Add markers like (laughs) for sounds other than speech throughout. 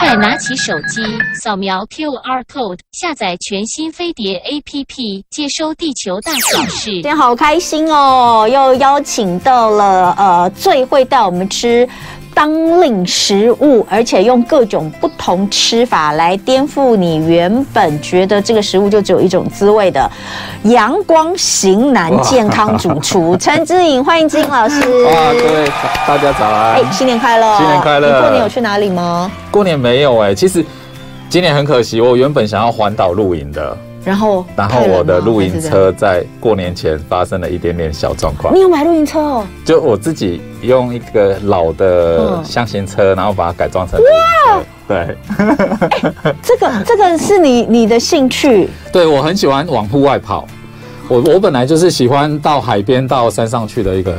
快拿起手机，扫描 QR code，下载全新飞碟 APP，接收地球大小事今。天好开心哦，又邀请到了呃最会带我们吃当令食物，而且用各种不同吃法来颠覆你原本觉得这个食物就只有一种滋味的阳光型男健康主 (laughs) 厨陈之颖，欢迎之颖老师。哇，啊各位大家早安！哎，新年快乐！新年快乐你过年有去哪里吗？过年没有哎、其实今年很可惜，我原本想要环岛露营的，然后然后我的露营，车在过年前发生了一点点小状况你，有买露营车哦？就我自己用一个老的嗯箱型车，然后把它改装成露营车。对，这个这个是你你的兴趣，对我很喜欢往户外跑，我我本来就是喜欢到海边、到山上去的一个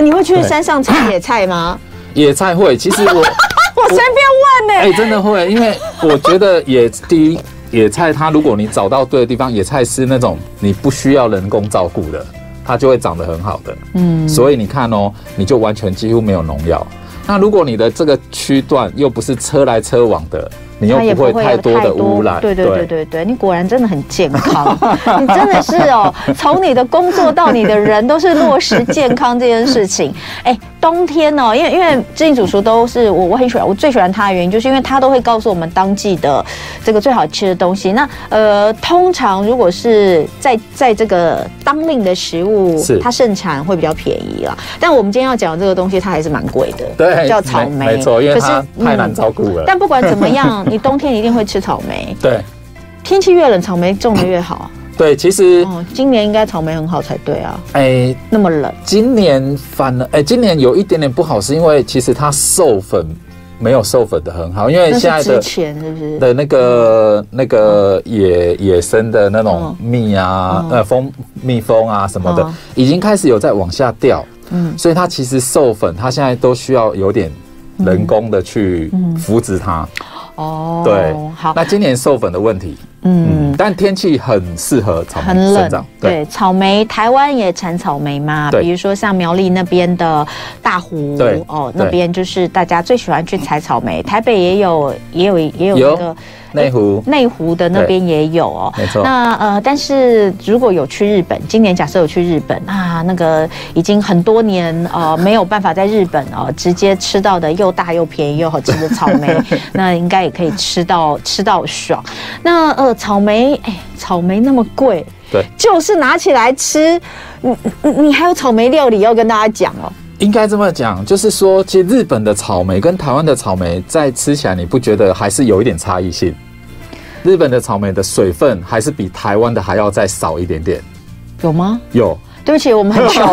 你会去对山上采野菜吗？野菜会。其实我我随便问呢、 (laughs) 哎、真的会，因为我觉得野第一野菜，它如果你找到对的地方，野菜是那种你不需要人工照顾的，它就会长得很好的。嗯，所以你看哦，你就完全几乎没有农药。那如果你的这个区段又不是车来车往的，你又它也不不会会有太多的污染。对对对对对，你果然真的很健 (laughs) 康，你真的是哦，从你的工作到你的人都是落实健康这件事情。哎，冬天哦，因为因为最近主厨都是我我很喜欢，我最喜欢他的原因就是因为他都会告诉我们当季的这个最好吃的东西。那呃，通常如果是在在这个当令的食物，是它盛产会比较便宜啦。但我们今天要讲的这个东西，它还是蛮贵的，对，叫草莓，没没错，因为可是它太难嗯照顾 (laughs) 了。但不管怎么样，你冬天一定会吃草莓。对天气越冷，草莓种的越 (laughs) 好。啊对，其实哦，今年应该草莓很好才对啊，哎、那么冷。今年反而哎、今年有一点点不好，是因为其实它授粉没有授粉的很好，因为那现在是之的前是不是？的那个那个野野生的那种蜜啊嗯，呃蜂蜜蜂啊什么的嗯，已经开始有在往下掉，嗯，所以它其实授粉，它现在都需要有点人工的去扶植它。哦，对，嗯好，那今年授粉的问题，嗯嗯，，但天气很适合草莓很生冷长，。对，草莓，台湾也产草莓嘛，对比如说像苗栗那边的大湖，对哦，对那边就是大家最喜欢去采草莓。台北也有，也有，也有有那个内湖内湖的那边也有哦。没错那呃，但是如果有去日本，今年假设有去日本啊，那个已经很多年呃没有办法在日本哦、呃直接吃到的又大又便宜又好吃的草莓，那应该也可以吃到吃到爽。那呃，草莓哎，草莓那么贵，对，就是拿起来吃，你你你还有草莓料理要跟大家讲哦。应该这么讲，就是说，其实日本的草莓跟台湾的草莓在吃起来，你不觉得还是有一点差异性？日本的草莓的水分还是比台湾的还要再少一点点。有吗？有，对不起，我们很穷，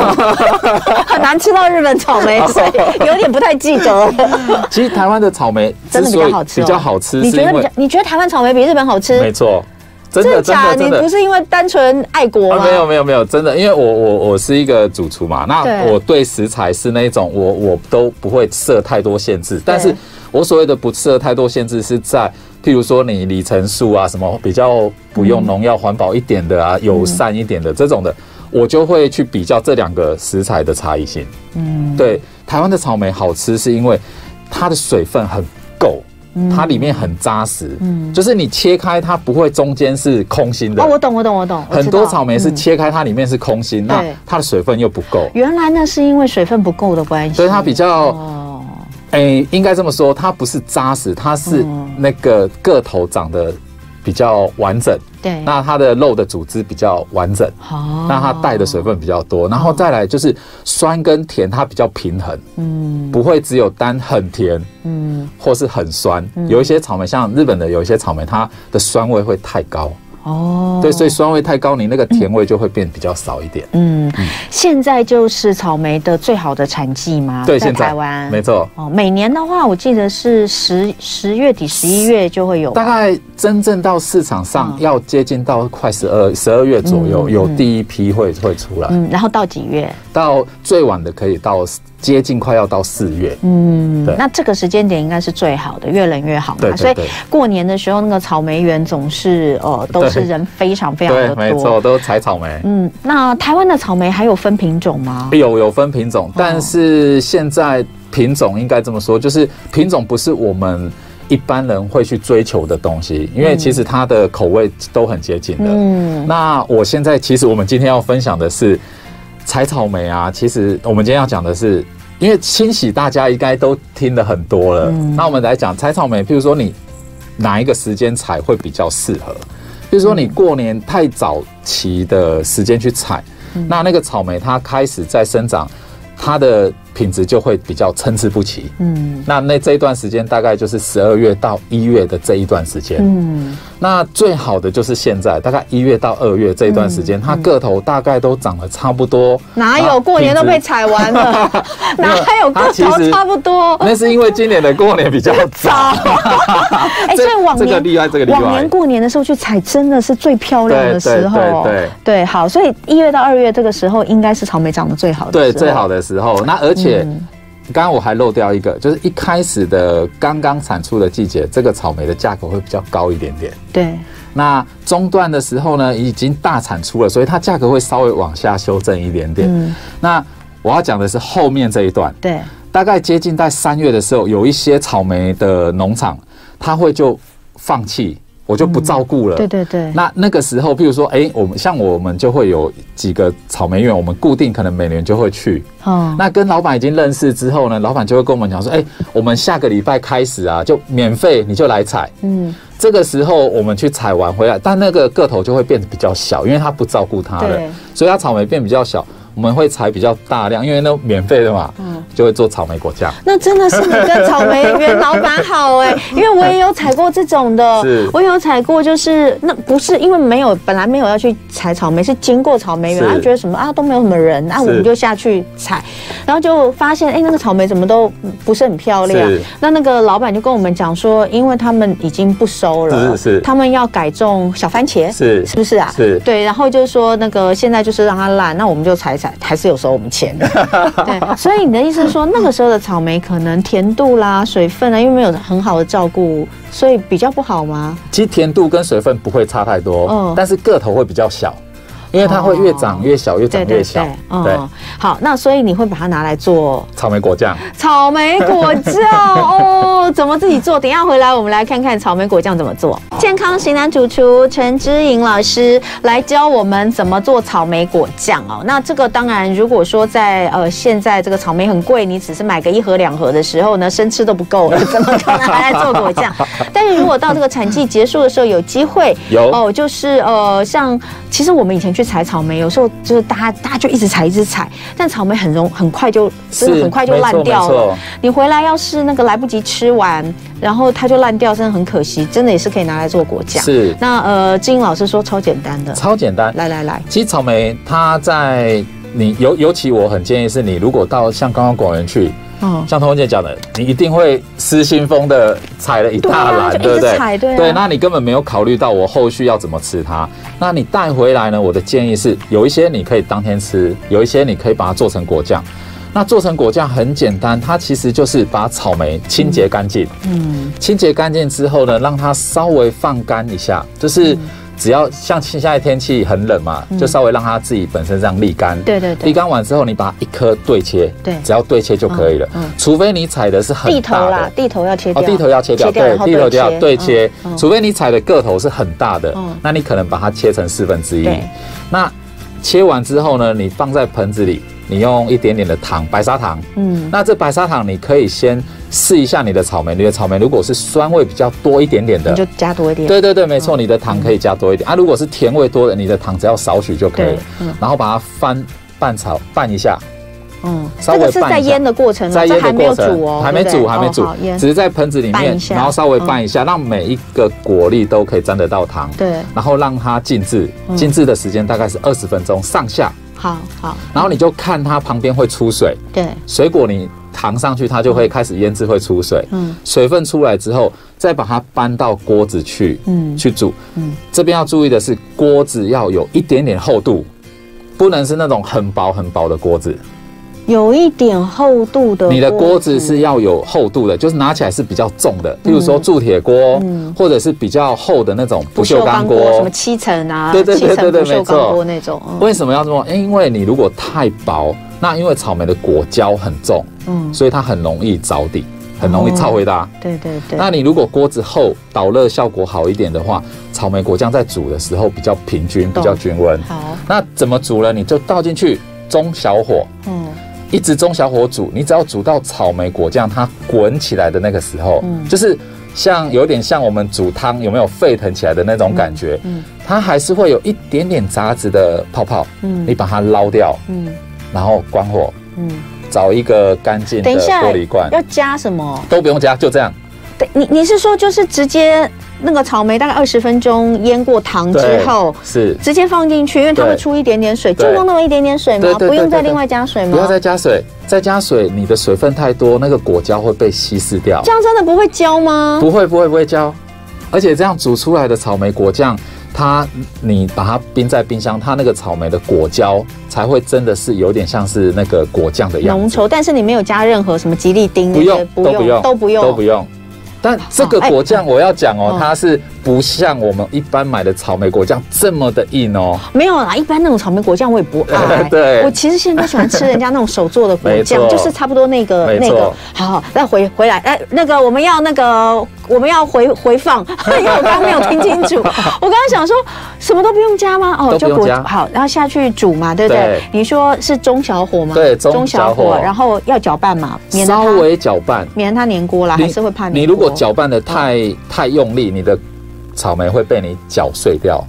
很难吃到日本草莓，所以有点不太记得了。其实台湾的草莓真的比之所较以好吃、哦，比较好吃，你觉是得因比为较？你觉得台湾草莓比日本好吃？没错，真的真假？的你真不的。是因为单纯爱国吗？啊，没有没有没有，真的，因为我我我是一个主厨嘛，那对我对食材是那种我我都不会设太多限制，但是我所谓的不设太多限制是在，譬如说你里程数啊，什么比较不用农药、环保一点的啊，友善一点的这种的，我就会去比较这两个食材的差异性。嗯，对，台湾的草莓好吃是因为它的水分很够。它里面很扎实，嗯，就是你切开它不会中间是空心的。哦，我懂，我懂，我懂。我知很道多草莓是切开它里面是空心，那对它的水分又不够，原来那是因为水分不够的关系，所以它比较哦，诶、应该这么说，它不是扎实，它是嗯那个个头长得比较完整，对，哦那它的肉的组织比较完整，好那它带的水分比较多，然后再来就是酸跟甜它比较平衡，嗯不会只有单很甜嗯或是很酸，有一些草莓像日本的有一些草莓，它的酸味会太高，哦，对，所以酸味太高，你那个甜味就会变比较少一点。嗯，现在就是草莓的最好的产季嘛，对，在现在台湾没。错。哦，每年的话，我记得是十十月底、十一月就会有大概真正到市场上嗯要接近到快十二十二月左右，嗯有第一批会会出来，嗯，然后到几月？到最晚的可以到接近快要到四月。嗯对，那这个时间点应该是最好的，越冷越好嘛。对对所以对过年的时候，那个草莓园总是呃都是对人非常非常对，的没多。错，都采草莓。嗯，那台湾的草莓还有分品种吗？有有分品哦种，但是现在品种应该这么说，就是品种不是我们一般人会去追求的东西，因为其实它的口味都很接近的。嗯，那我现在其实我们今天要分享的是采草莓啊，其实我们今天要讲的是，因为清洗大家应该都听得很多了，那我们来讲采草莓，譬如说你哪一个时间采会比较适合？譬如说你过年太早期的时间去采，那那个草莓它开始在生长，它的品质就会比较参差不齐。嗯那那这一段时间大概就是十二月到一月的这一段时间，嗯那最好的就是现在，大概一月到二月这一段时间，嗯它个头大概都长得差不多。哪有过年都被采完了？ (laughs) 哪有个它其头实差不多？那是因为今年的过年比较早，哎， (laughs) 这所以往这个年例外，这个例往年外。过年的时候去采，真的是最漂亮的时候哦。对对对对对好，所以一月到二月这个时候，应该是草莓长得最好的。对，最好。的时候。那而且，嗯刚刚我还漏掉一个，就是一开始的刚刚产出的季节，这个草莓的价格会比较高一点点。对，那中段的时候呢，已经大产出了，所以它价格会稍微往下修正一点点。嗯，那我要讲的是后面这一段，对，大概接近在三月的时候，有一些草莓的农场，它会就放弃，我就不照顾了。嗯对对对。那那个时候，譬如说，哎、我们像我们就会有几个草莓园，我们固定可能每年就会去。哦，那跟老板已经认识之后呢，老板就会跟我们讲说，哎、我们下个礼拜开始啊，就免费你就来采。嗯，这个时候我们去采完回来，但那个个头就会变得比较小，因为它不照顾它了对，所以它草莓变比较小。我们会采比较大量，因为那免费的嘛，嗯就会做草莓果酱。那真的是你跟草莓园老板好哎、因为我也有采过这种的 (laughs) 是，我也有采过，就是那不是因为没有本来没有要去采草莓，是经过草莓园，是他、觉得什么啊都没有什么人，啊我是们就下去采，然后就发现哎、那个草莓怎么都不是很漂亮是，那那个老板就跟我们讲说，因为他们已经不收了，是是他们要改种小番茄，是是不是啊？是对，然后就是说那个现在就是让它烂，那我们就采一采，还是有收我们钱。对，所以你的意思是说，那个时候的草莓可能甜度啦、水分啊，因为没有很好的照顾，所以比较不好吗？其实甜度跟水分不会差太多，嗯但是个头会比较小，因为它会越长越小，越长对对越小哦对。，对，好，那所以你会把它拿来做草莓果酱，草莓果酱哦，怎么自己做？等一下回来我们来看看草莓果酱怎么做。健康型男主厨陈之颖老师来教我们怎么做草莓果酱哦。那这个当然，如果说在呃现在这个草莓很贵，你只是买个一盒两盒的时候呢，生吃都不够了，怎么可能还来做果酱？但是如果到这个产季结束的时候，有机会有哦，就是呃，像其实我们以前去采草莓，有时候就是大家大家就一直采一直采，但草莓很容很快就真的是很快就没烂错掉没了错。你回来要是那个来不及吃完，然后它就烂掉，真的很可惜。真的也是可以拿来做果酱。是那呃，金英老师说超简单的，超简单。来来来，其实草莓它在你尤尤其我很建议是你如果到像刚刚果园去，哦，像童文姐讲的，你一定会失心疯的采了一大对啊篮，就一直不对？采对啊那你根本没有考虑到我后续要怎么吃它。那你带回来呢？我的建议是，有一些你可以当天吃，有一些你可以把它做成果酱。那做成果酱很简单，它其实就是把草莓清洁干净。嗯，清洁干净之后呢，让它稍微放干一下，嗯就是只要像现在天气很冷嘛，就稍微让它自己本身这样沥干。对对沥对，干完之后，你把它一颗对切，对只要对切就可以了。嗯嗯除非你采的是很地头大啦的，，地头要切哦，掉，地头要切掉，然后对，地头就要对切，嗯嗯除非你采的个头是很大的嗯，那你可能把它切成四分之一对。那切完之后呢，你放在盆子里，你用一点点的糖，白砂糖，嗯，那这白砂糖你可以先试一下你的草莓，你的草莓如果是酸味比较多一点点你就的，加多一点，对对对，没错，你的糖可以加多一点啊。如果是甜味多的，你的糖只要少许就可以嗯对，嗯，然后把它翻拌炒拌一下，嗯，稍这微个是拌在一下腌的过程哦，在这腌还的没有过煮哦，程还对没不煮，对还没哦煮好，腌只是在盆子里拌一面，下嗯然后稍微拌一下，让每一个果粒都可以沾得到糖，对，然后让它静置嗯，静置的时间大概是二十分钟上下，好好，然后你就看它旁边会出水，对，水果你糖上去，它就会开始腌制，会出水。嗯水分出来之后，再把它搬到锅子去，嗯去煮。嗯这边要注意的是，锅子要有一点点厚度，不能是那种很薄很薄的锅子。有一点厚度的，你的锅子是要有厚度的，就是拿起来是比较重的，比如说铸铁锅，嗯或者是比较厚的那种不不锈锈钢钢锅。锅，什么七层啊，对对对七层对对不锈没钢错锅那种，嗯为什么要这么？因为你如果太薄，那因为草莓的果胶很重，嗯所以它很容易着底。很容易哦超回答。对对对，那你如果锅子厚，导热效果好一点的话，草莓果酱在煮的时候比较平均，比较均温。好，那怎么煮呢？你就倒进去，中小火，嗯一直中小火煮。你只要煮到草莓果酱它滚起来的那个时候，嗯就是像有点像我们煮汤有没有沸腾起来的那种感觉，嗯它还是会有一点点杂质的泡泡。你嗯把它捞掉，嗯然后关火，嗯，找一个干净的等一下玻璃罐，要加什么？都不用加，就这样。对，你你是说就是直接那个草莓大概二十分钟腌过糖嗯之对后，是。直接放进去，因为它对会出一点点水，就对用那么一点点水对吗？对对不用再对对另外加水吗？不要再加水，再加水，你的水分太多，那个果胶会被稀释掉这。样真的不会焦吗？不会，不会，不会焦。而且这样煮出来的草莓果酱，它你把它冰在冰箱，它那个草莓的果胶才会真的是有点像是那个果酱的样浓子。稠，但是你没有加任何什么吉利丁，不用对，都不用，都不用，哎都不用。但这个果酱我要讲哦，哦它是不像我们一般买的草莓果酱这么的硬哦。。没有啦，一般那种草莓果酱我也不爱 (laughs) 对我其实现在都喜欢吃人家那种手做的果酱，没错就是差不多那个没那错个。好好，那回回来，哎，那个我们要那个我们要回回放， (laughs) 因为我刚刚没有听清 (laughs) 楚。我刚刚想说什么都不用加吗？哦都不用果加好，然后下去煮嘛，对不对对？你说是中小火吗？对中小火然后要搅拌嘛，免得稍它微搅拌，免得它粘锅啦，还是会怕粘锅。你如果搅拌的太、嗯太用力，你的草莓会被你搅碎掉。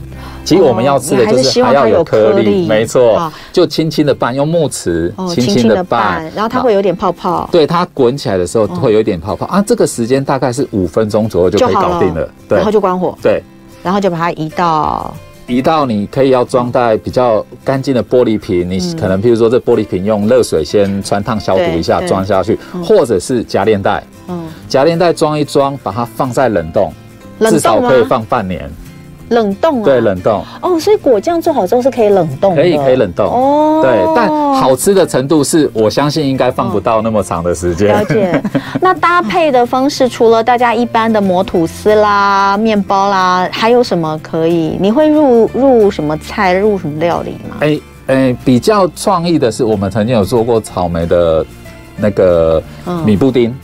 其实我们要吃的哦你还就是希是望还它要有有颗颗粒粒，没错啊，就轻轻的拌，用木匙哦，轻啊轻轻轻的的拌拌，，然后它会有哦点泡泡。对它滚起来的时候会有一点泡泡、啊。这个时间大概是五分钟左右就可以搞定了，对然后就关火，对。然后就把它移到一到你可以要装在比较干净的玻璃瓶，你嗯可能譬如说这玻璃瓶用热水先穿烫消毒一下对对装下去，或者是夹链袋，嗯夹链袋装一装，把它放在冷冻，冷至少冻吗可以？放半年。冷冻啊，对，冷冻哦，所以果酱做好之后是可以冷冻的，可以可以冷冻。哦对，但好吃的程度是我相信应该放不到那么长的时间。嗯了解。 (laughs) 那搭配的方式，除了大家一般的磨吐司啦、面包啦，还有什么可以？你会入入什么菜，入什么料理吗？哎哎、比较创意的是，我们曾经有做过草莓的那个嗯米布丁。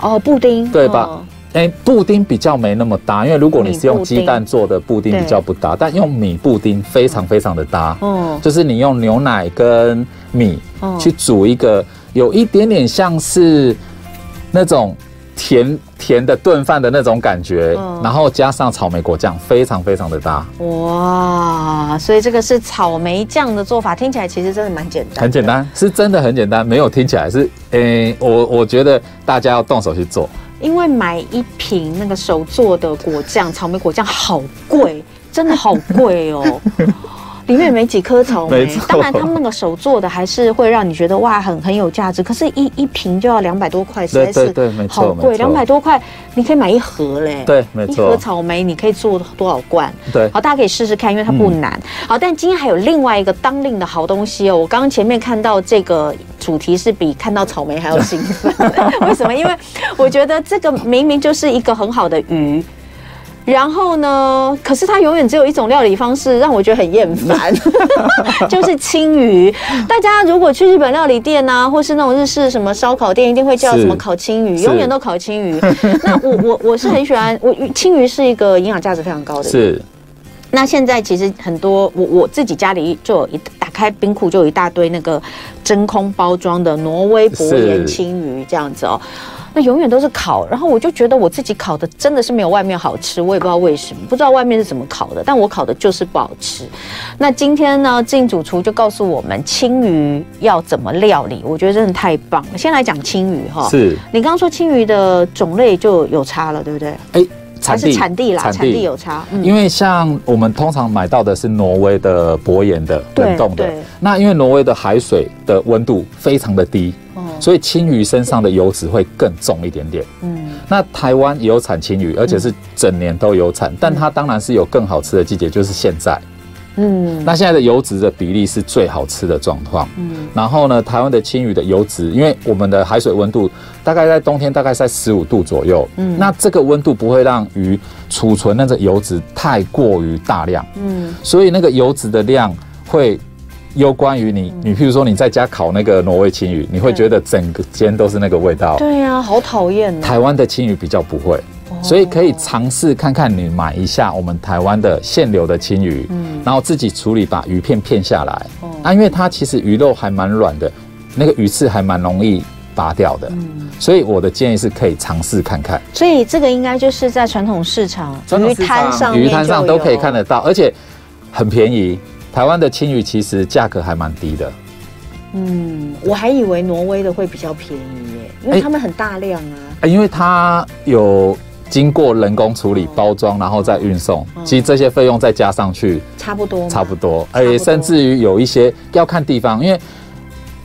哦，布丁，对吧嗯哎、布丁比较没那么搭，因为如果你是米用布丁鸡蛋做的布丁对比较不搭，但用米布丁非常非常的搭。哦，就是你用牛奶跟米哦去煮一个，有一点点像是那种甜甜的炖饭的那种感觉嗯，然后加上草莓果酱，非常非常的搭，哇，所以这个是草莓酱的做法，听起来其实真的蛮简单，很简。单，是真的很简单，没有听起来是，诶，我我觉得大家要动手去做，因为买一瓶那个手做的果酱，草莓果酱好贵，真的好贵 (laughs) 哦。里面也没几颗草莓没，错当然他们那个手做的还是会让你觉得哇很很有价值，可是一，一瓶就要两百多块，实在对对是对没错好贵，没错两百多块你可以买一盒嘞，对没一错盒草莓你可以做多少罐？对好，大家可以试试看，因为它不难。好，但今天还有另外一个当令的好东西哦。我刚刚前面看到这个主题是比看到草莓还要兴奋，为什么？因为我觉得这个明明就是一个很好的鱼。然后呢？可是它永远只有一种料理方式，让我觉得很厌烦，就是青鱼。大家如果去日本料理店啊，或是那种日式什么烧烤店，一定会叫是什么烤青鱼，是永远都烤青鱼。那我我我是很喜欢，我青鱼是一个营养价值非常高的鱼是那现在其实很多，我我自己家里就有一打开冰库就有一大堆那个真空包装的挪威薄盐是青鱼这样子哦，那永远都是烤。然后我就觉得我自己烤的真的是没有外面好吃，我也不知道为什么，不知道外面是怎么烤的，但我烤的就是不好吃。那今天呢，静主厨就告诉我们青鱼要怎么料理，我觉得真的太棒了。先来讲青鱼哈、是，你刚刚说青鱼的种类就有差了，对不对？哎，还产是地产地啦，产地有差，嗯。因为像我们通常买到的是挪威的博眼的对冷冻的对，那因为挪威的海水的温度非常的低，哦所以青鱼身上的油脂会更重一点点。嗯那台湾也有产青鱼，而且是整年都有产，但它当然是有更好吃的季节，就是现在。嗯那现在的油脂的比例是最好吃的状况。嗯然后呢，台湾的青鱼的油脂，因为我们的海水温度大概在冬天大概在十五度左右，嗯那这个温度不会让鱼储存那个油脂太过于大量，嗯所以那个油脂的量会攸关于嗯你，你譬如说你在家烤那个挪威青鱼，你会觉得整个间都是那个味道。对呀、好讨厌哦。台湾的青鱼比较不会，所以可以尝试看看你买一下我们台湾的现流的青鱼，嗯然后自己处理把鱼片片下来哦。啊，因为它其实鱼肉还蛮软的，那个鱼刺还蛮容易拔掉嗯的，所以我的建议是可以尝试看看。所以这个应该就是在传统市场、传统鱼市场摊上面鱼摊上就都有可以看得到，而且很便宜。台湾的青鱼其实价格还蛮低的，嗯，我还以为挪威的会比较便宜耶，因为哎他们很大量啊。欸因为它有经过人工处理、包装，然后再运送，嗯其实这些费用再加上去差不多，差不，多，差不多而甚至于有一些要看地方，因为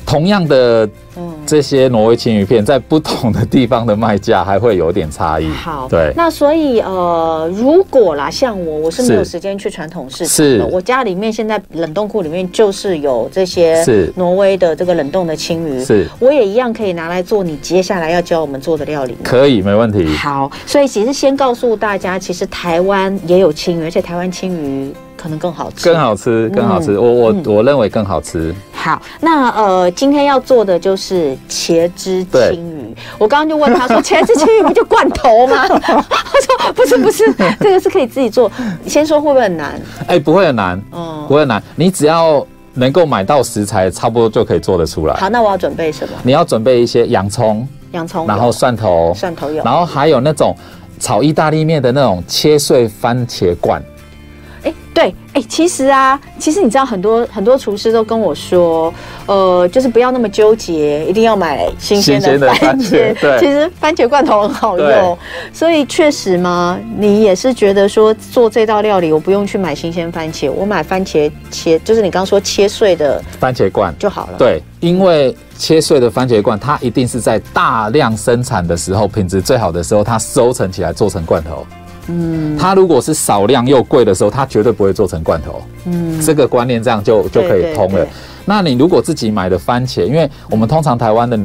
同样的嗯，这些挪威青鱼片，在不同的地方的卖价还会有点差异。好，对，那所以呃，如果啦，像我，我是没有是时间去传统市场是的，我家里面现在冷冻库里面就是有这些是挪威的这个冷冻的青鱼，是我也一样可以拿来做你接下来要教我们做的料理吗。可以，没问题。好，所以其实先告诉大家，其实台湾也有青鱼，而且台湾青鱼可能更好吃。更好吃，更好嗯吃，我我我认为更好吃。好，那呃，今天要做的就是茄汁对青鱼。我刚刚就问他说，茄汁青鱼不就罐头 (laughs) 吗？他说不是不是，这个是可以自己做。先说会不会很难？哎、不会很难，哦、不会很难，你只要能够买到食材，差不多就可以做得出来。好，那我要准备什么？你要准备一些洋葱，洋葱，然后蒜头，蒜头有然。后还有那种炒意大利面的那种切碎番茄罐，哎，对，哎，其实啊，其实你知道很多很多厨师都跟我说，呃，就是不要那么纠结，一定要买新鲜新鲜的的番番茄茄。对其实番茄罐头很好用对，所以确实嘛，你也是觉得说做这道料理，我不用去买新鲜番茄，我买番茄切，就是你刚说切碎的番茄罐。就好了。，对，因为切碎的番茄罐，它一定是在大量生产的时候，品质最好的时候，它收成起来做成罐头。嗯，它如果是少量又贵的时候，它绝对不会做成罐头。嗯，这个观念这样就就可对以通了。对那你如果自己买的番茄，因为我们通常台湾的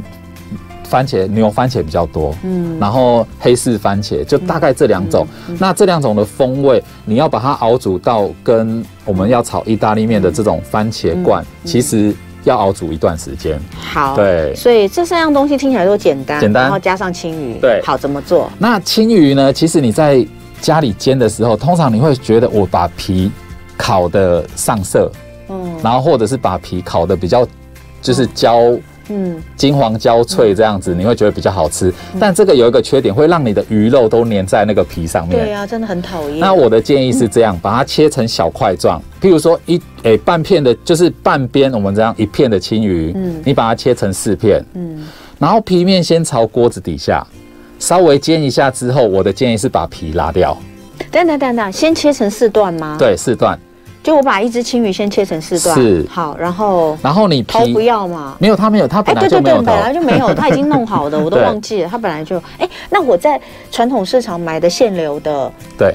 番茄牛番茄比较多，嗯，然后黑柿番茄就大概这两种。嗯那这两种的风味，你要把它熬煮到跟我们要炒意大利面的这种番茄罐，其实要熬煮一段时间。嗯好，对所以这三样东西听起来都简单，简单然后加上青鱼，对好，怎么做？那青鱼呢？其实你在家里煎的时候，通常你会觉得我把皮烤的上色，嗯然后或者是把皮烤的比较就是焦。嗯，金黄焦脆这样子，你会觉得比较好吃。但这个有一个缺点，会让你的鱼肉都粘在那个皮上对面。啊，真的很讨厌。那我的建议是这样，把它切成小块状，譬如说一诶、半片的，就是半边我们这样一片的青鱼，嗯你把它切成四片，嗯然后皮面先朝锅子底下稍微煎一下之后，我的建议是把皮拉啊掉，等等等等，先切成四段吗？，对，四段。就我把一只青鱼先切成四段，是好，然后然后你头皮不要嘛。没有，它没有，它哎，本来对就对没对有，本头。来就没有，他已 (laughs) 经弄好的，我都对忘记了，他本来就哎，那我在传统市场买的现流的，对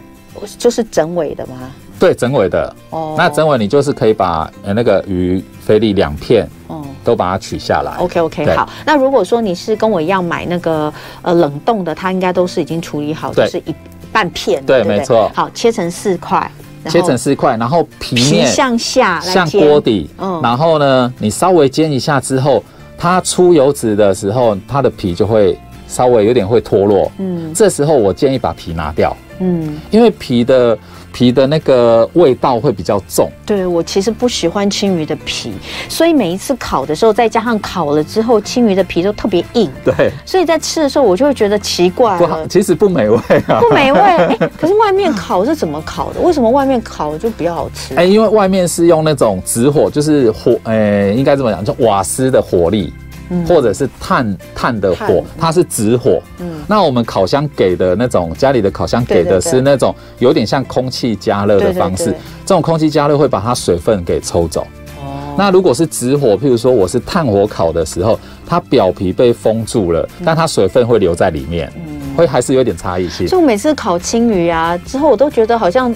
就是整尾的吗？对，整尾的。哦那整尾你就是可以把呃那个鱼菲力两片哦都把它取下来。 ，OK OK，对好。那如果说你是跟我一样买那个呃冷冻的，它应该都是已经处理好，就对是一半片的，对不对没错好，切成四块，然后切成四块，然后皮皮面向下来像煎锅底，嗯然后呢，你稍微煎一下之后，它出油脂的时候，它的皮就会稍微有点会脱落。嗯这时候我建议把皮拿掉，嗯，因为皮的皮的那个味道会比较重。对我其实不喜欢青鱼的皮，所以每一次烤的时候，再加上烤了之后，青鱼的皮都特别硬，对，所以在吃的时候我就会觉得奇怪不好，了。其实不美味啊。不美味、哎，可是外面烤是怎么烤的？为什么外面烤就比较好吃？哎，因为外面是用那种直火，就是火，哎，应该这么讲，就瓦斯的火力，嗯或者是炭炭的炭火，它是直火。嗯那我们烤箱给的那种，家里的烤箱给对对的对是那种有点像空气加热的方式，对对对这种空气加热会把它水分给抽走。哦，那如果是直火，譬如说我是炭火烤的时候，它表皮被封住了，嗯但它水分会留在里面，会还是有点差异性。就每次烤青鱼啊之后，我都觉得好像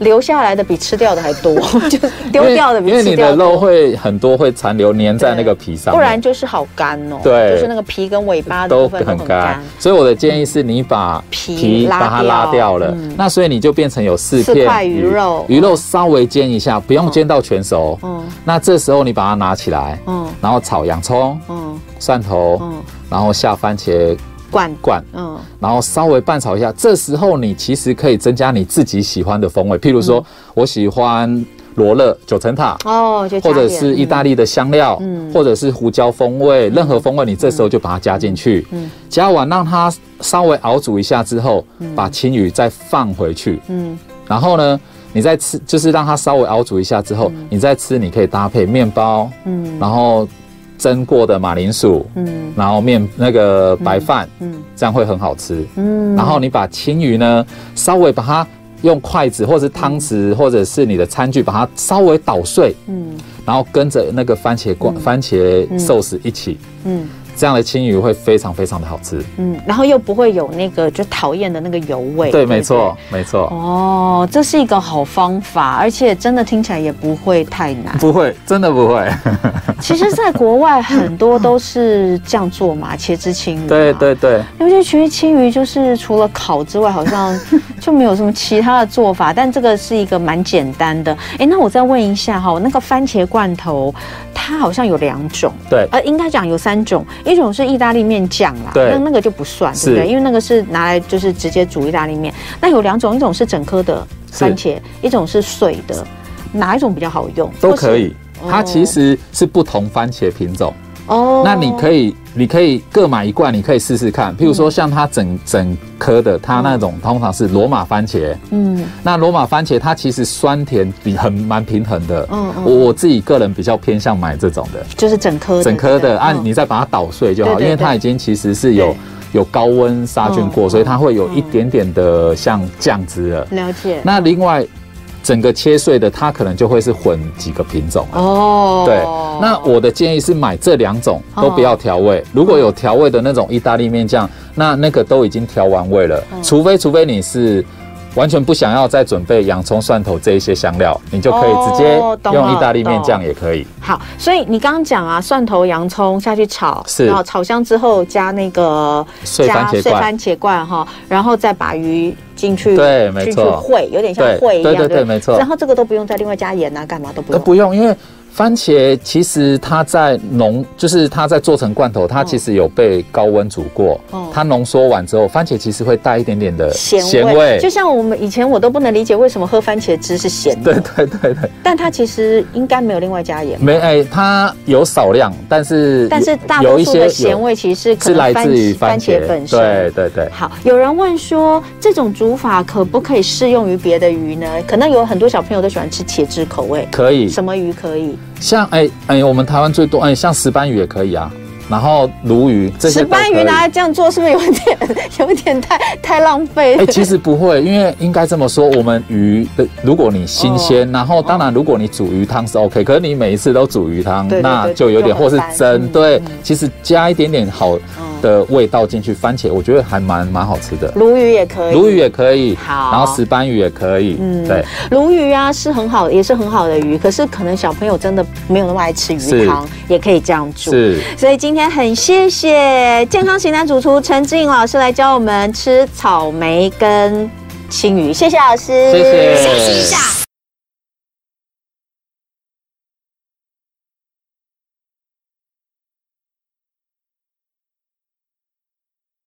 留下来的比吃掉的还 (laughs) 多，就是丢掉的比因为因为吃你掉的的多肉会很多会残留粘在那个皮上面，不然就是好干哦，对就是那个皮跟尾巴的都部分都很很干干。，嗯所以我的建议是你把皮皮拉把它掉拉掉了嗯，那所以你就变成有四四片块鱼肉鱼肉稍微煎一下，不用煎到全熟。嗯那这时候你把它拿起来，嗯然后炒洋葱、嗯蒜头，嗯，然后下番茄管罐，嗯然后稍微拌炒一下。这时候你其实可以增加你自己喜欢的风味，譬如嗯说我喜欢罗勒、九层塔。哦，就加或者点是意大利的香料，嗯或者是胡椒风味，任何风味你这时候就把它加进去，嗯嗯加完让它稍微熬煮一下之后，把青鱼再放回去，嗯然后呢，你再吃，就是让它稍微熬煮一下之后，你再吃，你可以搭配面包，嗯然后蒸过的马铃薯，嗯然后面那个白饭，嗯这样会很好吃。嗯，然后你把青鱼呢，稍微把它用筷子或者是汤匙或者是你的餐具把它稍微捣碎，嗯然后跟着那个番茄罐、番茄寿司一起，嗯这样的青鱼会非常非常的好吃。嗯，然后又不会有那个就讨厌的那个油味，对，不没错，没错，哦，这是一个好方法，而且真的听起来也不会太难。不会，真的不会。其实，在国 (laughs) 外很多都是这样做嘛，茄汁青鱼嘛。对 (laughs) 对对，尤其其实青鱼就是除了烤之外，好 (laughs) 像就没有什么其他的做法。但这个是一个蛮简单的。哎，那我再问一下哈，那个番茄罐头，它好像有两种，对呃，应该讲有三种，一种是意大利面酱啦，对那那个就不算，对是不对？因为那个是拿来就是直接煮意大利面。那有两种，一种是整颗的番茄，一种是碎的，哪一种比较好用？都或是可以。它哦其实是不同番茄品种，哦。那你可以以，你可以各买一罐，你可以试试看。譬如说，像它整整颗的，它那种通常是罗马番茄，嗯那罗马番茄它其实酸甜比很蛮平衡的，嗯嗯我我自己个人比较偏向买这种的，就是整颗哦整颗的，啊，按你再把它捣碎就嗯好，对对因为它已经其实是有对有高温杀菌嗯过，嗯所以它会有一点点的像酱汁了。了解。那另外整个切碎的，它可能就会是混几个品种。啊哦，对，那我的建议是买这两种都不要调味。如果有嗯调味的那种意大利面酱，那那个都已经调完味了，嗯除非除非你是。完全不想要再准备洋葱、蒜头这一些香料，你就可以直接哦懂了用意大利面酱也可以。好，所以你刚刚讲啊，蒜头、洋葱下去炒，是然后炒香之后加那个碎番加茄碎罐番茄罐哈，然后再把鱼进去，对没进去错烩，有点像对烩一样，对对不对没错然后这个都不用再另外加盐啊，干嘛都不呃，用。不用，因为番茄其实它在浓，就是它在做成罐头，嗯它其实有被高温煮过，哦它浓缩完之后，番茄其实会带一点点的咸味，就像我们以前我都不能理解为什么喝番茄汁是咸对的，对对对，但它其实应该没有另外加盐，没哎，它有少量，但是但是大有多一数些的咸味其实是可是能来番自于番番茄茄本身。对对对，好，有人问说，这种煮法可不可以适用于别的鱼呢？可能有很多小朋友都喜欢吃茄汁口味，可以。什么鱼可以？像哎哎，我们台湾最多哎，像石斑鱼也可以啊，然后鲈鱼这些石都可斑以鱼拿来这样做，是不是有点有点太太浪费？哎、其实不会，因为应该这么说，我们鱼的如果你新哦鲜，然后当然如果你煮鱼汤是 OK，可是你每一次都煮鱼汤，对对对那就有点就或很是烦蒸，嗯对，嗯其实加一点点好嗯的味道进去，番茄我觉得还蛮蛮好吃的，鲈鱼也可以，鲈鱼也可以，好然后石斑鱼也可以，嗯对，鲈鱼啊是很好，也是很好的鱼，可是可能小朋友真的没有那么爱吃鱼是汤，也可以这样煮。是。所以今天很谢谢健康型男主厨陈志颖老师来教我们吃草莓跟青鱼，谢谢老师，谢谢休息一下。